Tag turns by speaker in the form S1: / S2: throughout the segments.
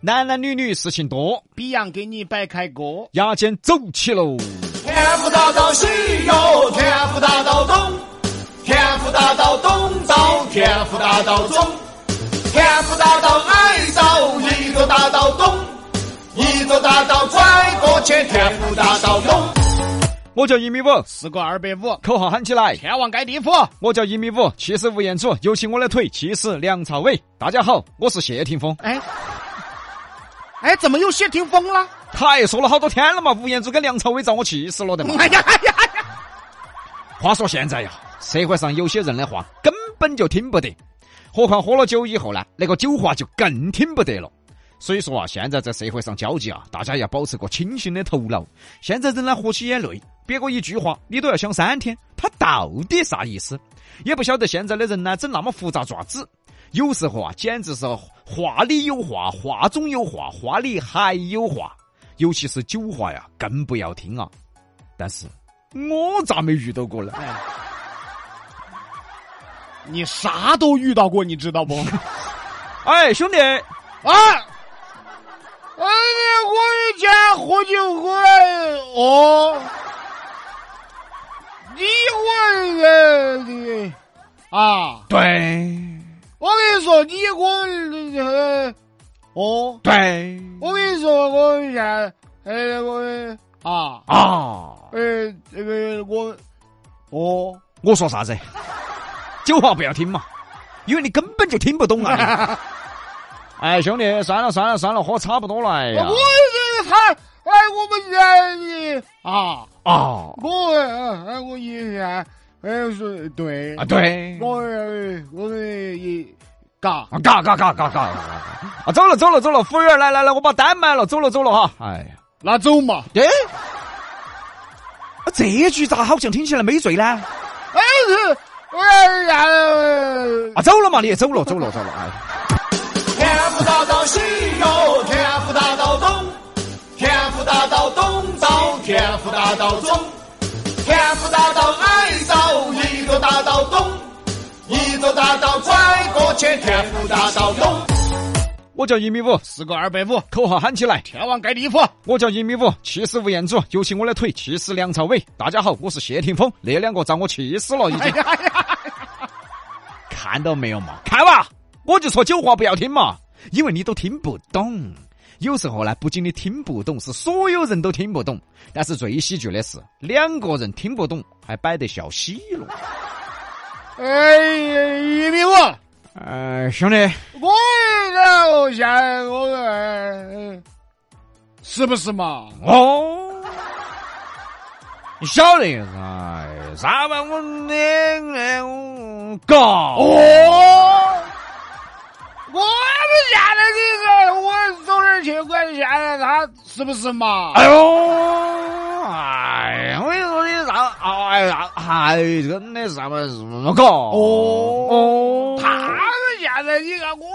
S1: 男男女女事情多，
S2: 比洋给你摆开锅，
S1: 牙尖走起喽！
S3: 天府大道西哟，天府大道东，天府大道东到天府大道中，天府大道矮到一个大道东，一个大道拐过去，天府大道东。
S1: 我叫一米五，
S2: 是个二百五，
S1: 口号喊起来！
S2: 天王盖地虎。
S1: 我叫一米五，气势吴彦祖，尤其我的腿气势梁朝伟。大家好，我是谢霆锋。
S2: 哎，哎，怎么又谢霆锋了？
S1: 嗨，说了好多天了嘛，吴彦祖跟梁朝伟遭我气死了的嘛。
S2: 哎呀哎呀哎呀！
S1: 话说现在呀，社会上有些人的话根本就听不得，何况喝了酒以后呢，那个酒话就更听不得了。所以说啊，现在在社会上交际啊，大家要保持个清醒的头脑。现在人呢，活起也累，别个一句话你都要想三天，他到底啥意思？也不晓得现在的人呢，整那么复杂爪子。有时候啊，简直是话里有话，话中有话，话里还有话。尤其是酒话呀，更不要听啊。但是我咋没遇到过呢？
S2: 你啥都遇到过，你知道不？
S1: 哎，兄弟，
S2: 啊！哎，我以前喝酒回来哦，你我人啊！
S1: 对
S2: 我跟你说，你我呃哦，
S1: 对
S2: 我跟你说，我现在呃我啊
S1: 啊！
S2: 呃这个我哦，
S1: 我说啥子？酒话不要听嘛，因为你根本就听不懂 啊！你哎，兄弟，算了算了算了，喝差不多了。哎呀
S2: 我，这个他哎，我们现在啊，
S1: 啊
S2: 我呃哎我以前哎是对
S1: 啊，对，
S2: 我呃我们一嘎
S1: 啊嘎嘎嘎嘎嘎！啊，走了走了走了，服务员来来来，我把单买了，走了走了哈！哎呀，
S2: 拿走嘛，
S1: 哎，啊这句咋好像听起来没醉呢？啊，
S2: 哎是哎呀呃
S1: 啊走了嘛，你也走了走了走了，哎。
S3: 天府大道西哟，天府大道东，天府大道东到天府大道中，天府大道矮到一个大道东，一个大道拐过去，天府大道东。
S1: 我叫一米五，
S2: 是个二百五，
S1: 口号喊起来！
S2: 天王盖地虎。
S1: 我叫一米五，气死吴彦祖，尤其我的腿气死梁朝伟。大家好，我是谢霆锋，那两个遭我气死了已经。
S2: 哎呀哎呀！
S1: 看到没有嘛？看哇！我就说酒话不要听嘛，因为你都听不懂。有时候呢，不仅你听不懂，是所有人都听不懂。但是最喜剧的是，两个人听不懂，还摆得笑嘻了。
S2: 哎，一米五，哎
S1: 呃，兄弟，
S2: 我然后现在我呃是不是嘛？
S1: 哦，你晓得噻？啥嘛？我两个我嘎
S2: 哦，
S1: 哦。
S2: 我们现在这个我走人去管现在他是不是嘛？
S1: 哎呦，哎呀，我跟你说你啥，哎呀，哎，这个那啥嘛什么搞？哦
S2: 他们现在你看我们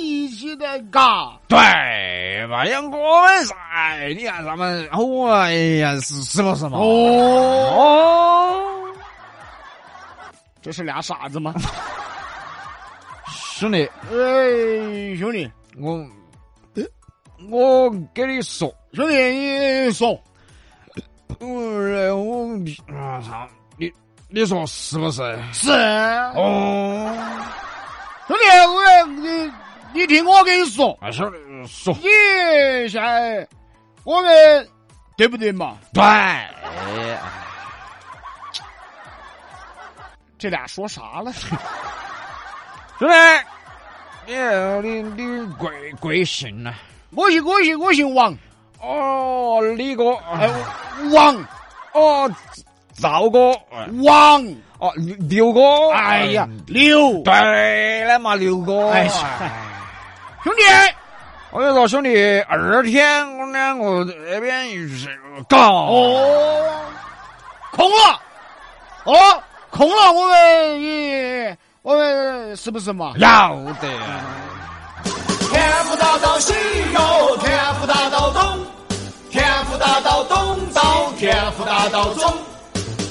S2: 一起的嘎，
S1: 对嘛？呀，我们啥？哎你看啥嘛？哦，哎呀，是是不是嘛？
S2: 哦，
S1: 哦，
S2: 这是俩傻 子吗？
S1: 兄弟，
S2: 哎，兄弟，
S1: 我，我跟你说，
S2: 兄弟，你说
S1: 我我啊操，你你说是不是？
S2: 是？
S1: 哦，
S2: 兄弟，我你你听我跟你说，
S1: 啊兄弟说
S2: 你现在我们对不对嘛？
S1: 对。
S2: 这俩说啥了？
S1: 兄弟，你你你贵贵姓呢？
S2: 我姓我姓我姓王，
S1: 啊哦，李哥，
S2: 哎
S1: 哎，
S2: 我王
S1: 哦，赵哥，
S2: 王，
S1: 哦，刘刘哥，
S2: 哎哎呀，刘，
S1: 对了嘛，刘哥，
S2: 哎
S1: 哎
S2: 呀，兄弟，
S1: 我跟你说，兄弟，二天我两个这边是搞
S2: 哦，空了，哦，空了，我们也我们是不是嘛？
S1: 要得，
S3: 天府大道西哟，天府大道东，天府大道东到天府大道中，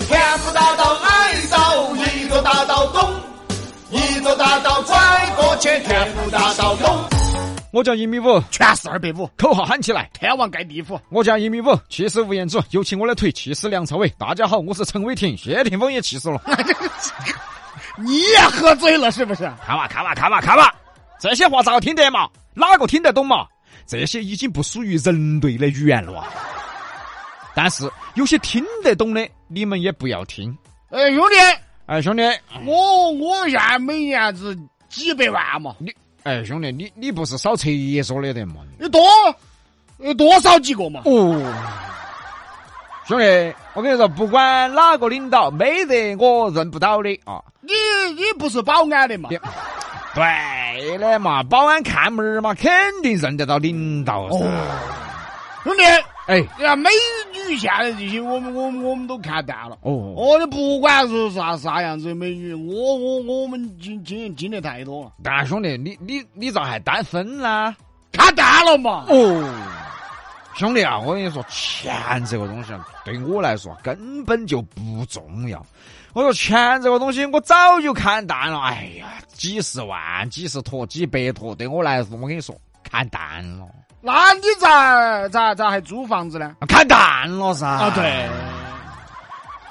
S3: 天府大道挨到一个大道东，一个大道拐过去，天府大道东。
S1: 我叫一米五，
S2: 全是二百五，
S1: 口号喊起来。
S2: 天王盖地虎。
S1: 我家一米五，气死吴彦祖，尤其我的腿气死梁朝伟。大家好，我是陈伟霆，谢霆锋也气死了。
S2: 你也喝醉了是不是？
S1: 看嘛看嘛看嘛看嘛，这些话咋听得嘛？哪个听得懂嘛？这些已经不属于人类的语言了哇！但是有些听得懂的，你们也不要听。
S2: 哎，兄弟，
S1: 哎，兄弟，
S2: 我我现在每年是几百万嘛，
S1: 你哎，兄弟，你你不是扫厕所的人嘛？
S2: 有多有多少几个嘛？
S1: 哦，兄弟，我跟你说，不管哪个领导，没得我认不到的啊！
S2: 你你不是保安的嘛？
S1: 你对的嘛，保安看门儿嘛，肯定认得到领导噻。
S2: 兄弟，
S1: 哎，
S2: 你看美女现在这些，我们我们我们都看淡了。
S1: 哦，
S2: 哦，你不管是啥啥样子的美女，我我我们经经经历太多了，
S1: 但兄弟，你你你咋还单身呢？
S2: 看淡了嘛。
S1: 哦，兄弟啊，我跟你说，钱这个东西啊对我来说根本就不重要。我说钱这个东西，我早就看淡了。哎呀，几十万、几十坨、几百坨，对我来说，我跟你说，看淡了，
S2: 那你咋咋咋还租房子呢？
S1: 看淡了噻。
S2: 啊，对。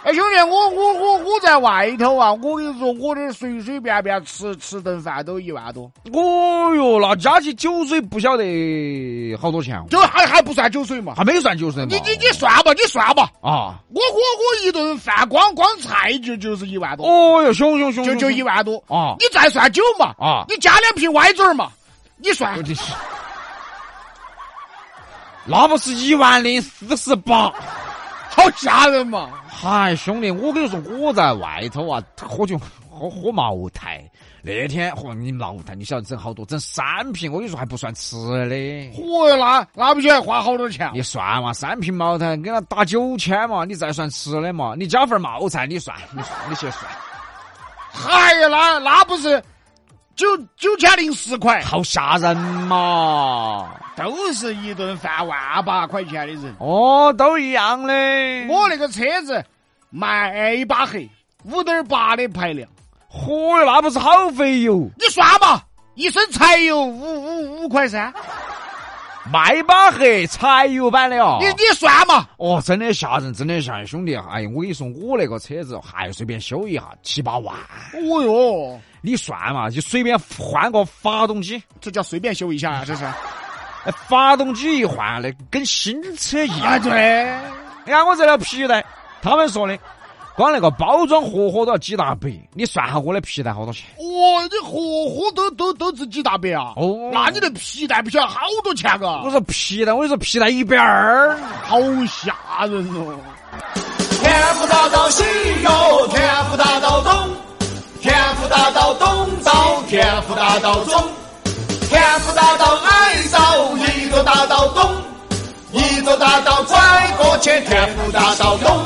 S2: 哎，兄弟，我我我我在外头啊，我跟你说，我这随随便便吃吃顿饭都一万多，
S1: 哦哟，那加起酒水不晓得好多钱哦，
S2: 就还还不算酒水嘛。
S1: 还没算酒水嘛。
S2: 你你你算吧，你算吧，
S1: 啊！
S2: 我我我一顿饭光光菜就就是一万多，
S1: 哦哟，熊熊熊，
S2: 就就一万多。
S1: 啊
S2: 你再算酒嘛，
S1: 啊！
S2: 你加两瓶歪嘴儿嘛，你算
S1: 我这是，那不是一万零四十八？
S2: 好吓人嘛。
S1: 嗨，兄弟，我跟你说，我在外头啊，喝酒喝喝茅台。那天嚯，你茅台，你晓得整好多，整三瓶，我跟你说还不算吃的。
S2: 嚯，那那不晓得花好多钱？
S1: 你算嘛，三瓶茅台给他打九千嘛，你再算吃的嘛，你加份茅台，你算，你算，你去算，
S2: 嗨呀，那那不是九九千零四块，
S1: 好吓人嘛！
S2: 都是一顿饭万把块钱的人。
S1: 哦，都一样的。
S2: 我那个车子迈一巴黑，五点八的排量，
S1: 嚯哟，那不是好肥哟！
S2: 你算吧，一升柴油五五五块三，
S1: 迈巴赫柴油版的哦
S2: 你，你算嘛？
S1: 哦，真的吓人，真的吓人，兄弟啊！哎，我跟你说，我那个车子还随便修一下七八万，
S2: 哦哟，
S1: 你算嘛，就随便换个发动机，
S2: 这叫随便修一下啊，这是？
S1: 哎发动机一换，那跟新车一样。
S2: 啊，对，
S1: 你看我这条皮带，他们说的，光那个包装盒盒都要几大百，你算下我的皮带好多钱？
S2: 哦，你盒盒都都都值几大百啊？
S1: 哦
S2: 那你的皮带不晓得好多钱嘎、
S1: 我说皮带，我跟你说皮带一百二，
S2: 好吓人哦！
S3: 天府大道西哟，天府大道东，天府大道东到天府大道中，天府大道挨到一个大道东，一个大道拐过去，天府大道东。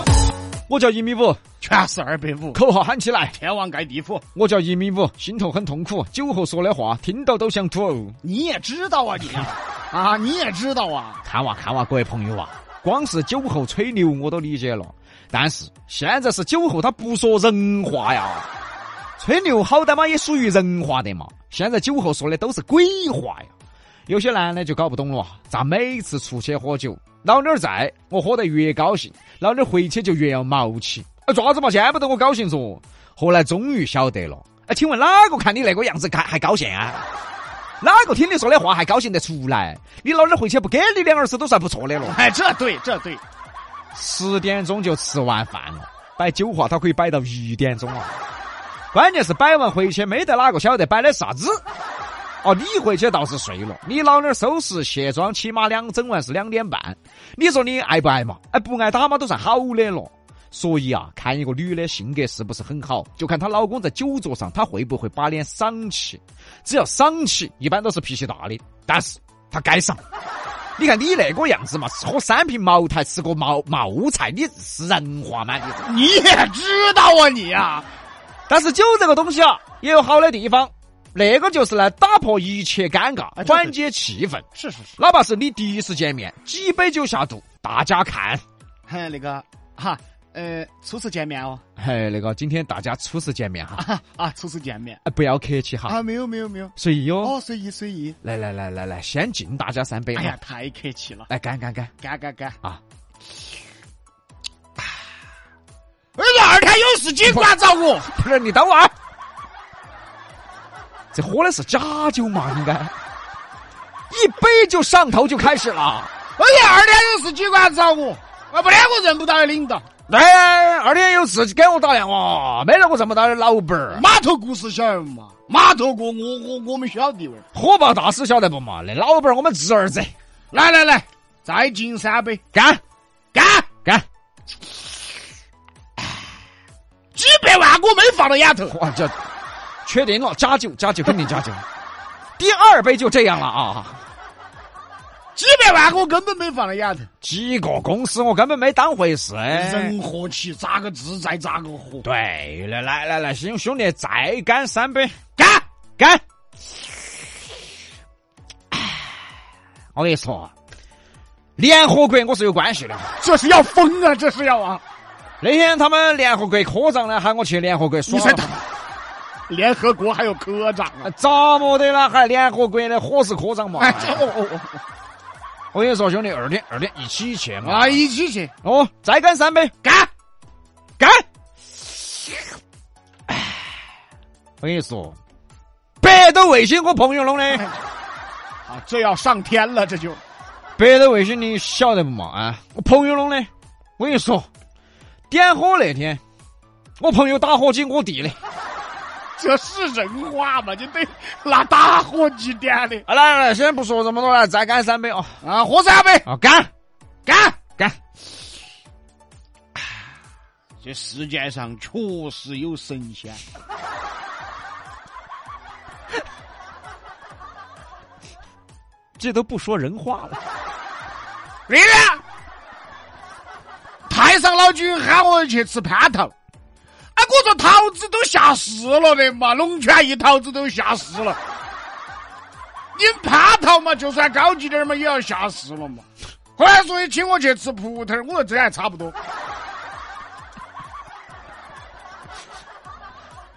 S1: 我叫一米五，
S2: 全是二百五，
S1: 口号喊起来。
S2: 天王盖地虎。
S1: 我叫一米五，心头很痛苦，酒后说的话听到都想吐。
S2: 你也知道啊，你 啊，啊你也知道啊，
S1: 看哇看哇，各位朋友啊，光是酒后吹牛我都理解了，但是现在是酒后他不说人话呀，吹牛好歹嘛也属于人话的嘛，现在酒后说的都是鬼话呀。有些男的就搞不懂了，咋每次出去喝酒，老妞儿在我喝得越高兴，老妞儿回去就越要毛起，哎，爪子嘛见不得我高兴嗦。后来终于晓得了，哎，请问哪个看你那个样子看还高兴啊？哪个听你说的话还高兴得出来？你老娘回去不给你两耳屎都算不错的了。
S2: 哎，这对这对，
S1: 十点钟就吃完饭了，摆酒话他可以摆到一点钟啊。关键是摆完回去没得哪个晓得摆的啥子。哦，你回去倒是睡了，你老娘收拾卸妆，起码两整完是两点半。你说你挨不挨嘛？哎，不挨打嘛都算好的了。所以啊，看一个女的性格是不是很好，就看她老公在酒桌上她会不会把脸赏起。只要赏起，一般都是脾气大的，但是她该赏。你看你那个样子嘛，喝三瓶茅台，吃个茅茅菜，你是人话吗？你这。
S2: 你也知道啊，你啊，
S1: 但是酒这个东西啊，也有好的地方，那个就是来打破一切尴尬，
S2: 对
S1: 缓解气氛。
S2: 是是是，
S1: 哪怕是你第一次见面，几杯酒下肚，大家看。
S2: 哼，那个哈，呃，初次见面哦，
S1: 嘿，那个今天大家初次见面哈，
S2: 啊啊，初次见面
S1: 呃不要客气哈，
S2: 啊，没有没有没有，
S1: 随意哟。
S2: 哦，随意随意，
S1: 来来来来来，先敬大家三杯
S2: 哎呀
S1: 啊，！
S2: 太客气了，
S1: 来干干干！
S2: 干干干
S1: 啊！
S2: 哎，那二天有事尽管找我。
S1: 不是你等会儿，这喝的是假酒嘛？应该一杯就上头就开始了。
S2: 哎呀，二天有事尽管找我，我不然我认不到的领导。
S1: 哎，二天有事给我打电话，没得我这么大的老板儿。
S2: 码头故事晓得不嘛？码头哥，我我我们晓得味儿。
S1: 火爆大师晓得不嘛？那老板儿我们侄儿子，
S2: 来来来，再敬三杯，
S1: 干
S2: 干！
S1: 干！
S2: 几百万我没放到眼头。
S1: 哇，这确定了，加酒加酒，肯定加酒。第二杯就这样了啊！
S2: 几百万我根本没放在眼头，
S1: 几个公司我根本没当回事。哎
S2: 人和气咋个自在咋个活，
S1: 对了，来来来，兄兄弟，再干三杯，
S2: 干！
S1: 干！我跟你说，啊联合国我是有关系的。
S2: 这是要疯啊，这是要啊！
S1: 那天他们联合国科长呢喊我去联合国耍，
S2: 你才打联合国还有科长啊！
S1: 咋么的了？还联合国的伙食科长嘛？
S2: 哎，这哦哦哦，
S1: 我跟你说，兄弟，二天二天一起去嘛！
S2: 啊，一起去
S1: 哦，再干三杯，
S2: 干！
S1: 干！我跟你说，百度卫星我朋友弄的，
S2: 啊，这要上天了，这就
S1: 百度卫星你晓得不嘛？啊，我朋友弄的。我跟你说，点火那天，我朋友打火机我弟的。
S2: 这是人话吗？就得拿打火机点的
S1: 啊，来来来，先不说这么多了，再干三杯哦。
S2: 啊！喝三杯，
S1: 啊，干
S2: 干！
S1: 干！
S2: 这世界上确实有神仙，
S1: 这都不说人话了。
S2: 对呀。太上老君喊我去吃蟠桃，哎，我说桃子都下市了的嘛，龙泉一桃子都下市了。你蟠桃嘛，就算高级点儿嘛，也要下市了嘛。后来所以请我去吃葡萄，我说这还差不多。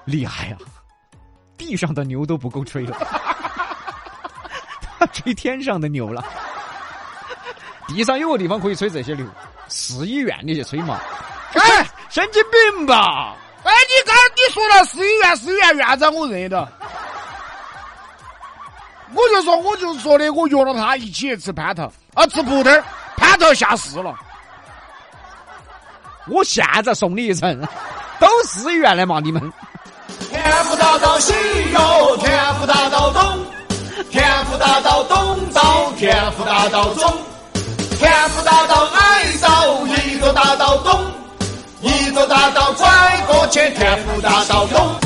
S1: 厉害啊呀、地上的牛都不够 吹了，他吹天上的牛了。地上有个地方可以吹这些牛，市医院里去吹嘛，
S2: 哎。
S1: 神经病吧？
S2: 哎，你刚你说了市医院，市医院院长我认得。我就说，我就说的，我约了他一起去吃蟠桃啊，吃葡萄，蟠桃下市了。
S1: 我现在送你一程， 都市医院的嘛，你们
S3: 天府大道西哟，天府大道东，天府大道东到天府大道中，天府大道挨着一座大道东，一座大道拐过去，天府大道东。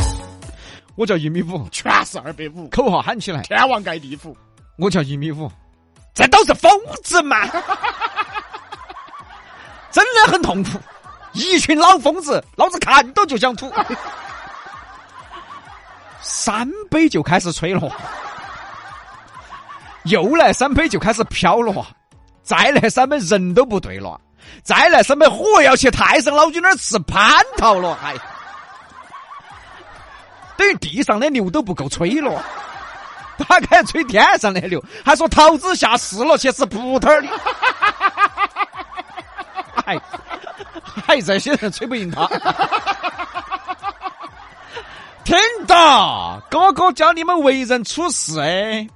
S1: 我叫一米五，
S2: 全是二百五，
S1: 口号喊起来，
S2: 天王盖地虎。
S1: 我叫一米五，这都是疯子嘛，真的很痛苦，一群老疯子，老子看到就想吐。三杯就开始吹了，又来三杯就开始飘了，再来三杯人都不对了，再来三杯火要去太上老君那儿吃蟠桃了，还、等于地上的牛都不够吹了。 他敢吹天上的牛，还说桃子下市了， 去吃葡萄的。哎，还这些人吹不赢他。 听到哥哥教你们为人处事哎，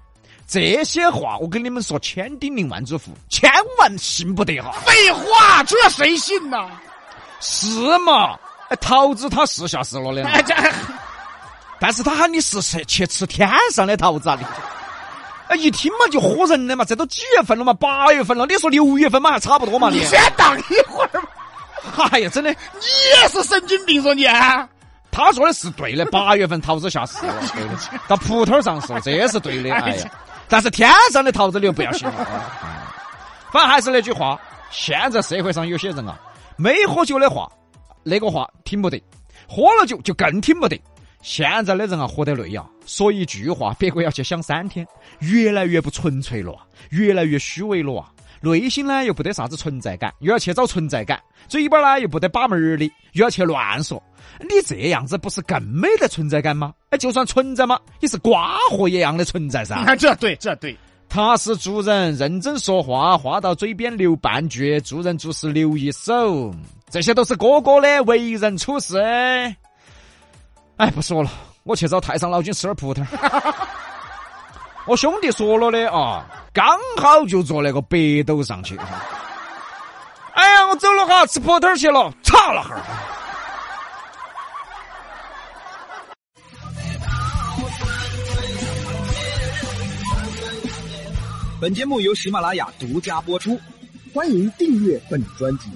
S1: 这些话我跟你们说，千叮咛万嘱咐，千万信不得哈。
S2: 废话，这谁信呐？
S1: 是嘛？哎桃子他是下市了的嘛，
S2: 哎，这
S1: 但是他喊你是吃去吃天上的桃子啊！你哎，一听嘛就唬人的嘛，这都几月份了嘛？八月份了，你说六月份嘛还差不多嘛？你
S2: 你先等一会儿吧。
S1: 哎呀，真的，
S2: 你也是神经病说你啊？
S1: 他说的是对 的。八月份桃子下市了，对的，到葡萄上市，这是对的。哎呀，但是天上的桃子你又不要信了。啊反正还是那句话，现在社会上有些人啊，没喝酒的话，那个话听不得；喝了酒就更听不得。现在的人啊，活得累呀、说一句话，别个要去想三天，越来越不纯粹了啊，越来越虚伪了啊。内心呢又不得啥子存在感，又要去找存在感；嘴巴呢又不得把门儿的，又要去乱说。你这样子不是更没得存在感吗？哎，就算存在嘛，也是瓜货一样的存在噻。
S2: 啊，这对，这对，
S1: 踏实做人，认真说话，话到嘴边留半句，做人做事留一手，这些都是哥哥的为人处事。哎，不说了，我去找太上老君吃点葡萄。 我兄弟说了的啊，刚好就坐那个北斗上去。哎呀，我走了哈，吃葡萄去了，操了哈儿。
S4: 本节目由喜马拉雅独家播出。
S5: 欢迎订阅本专辑，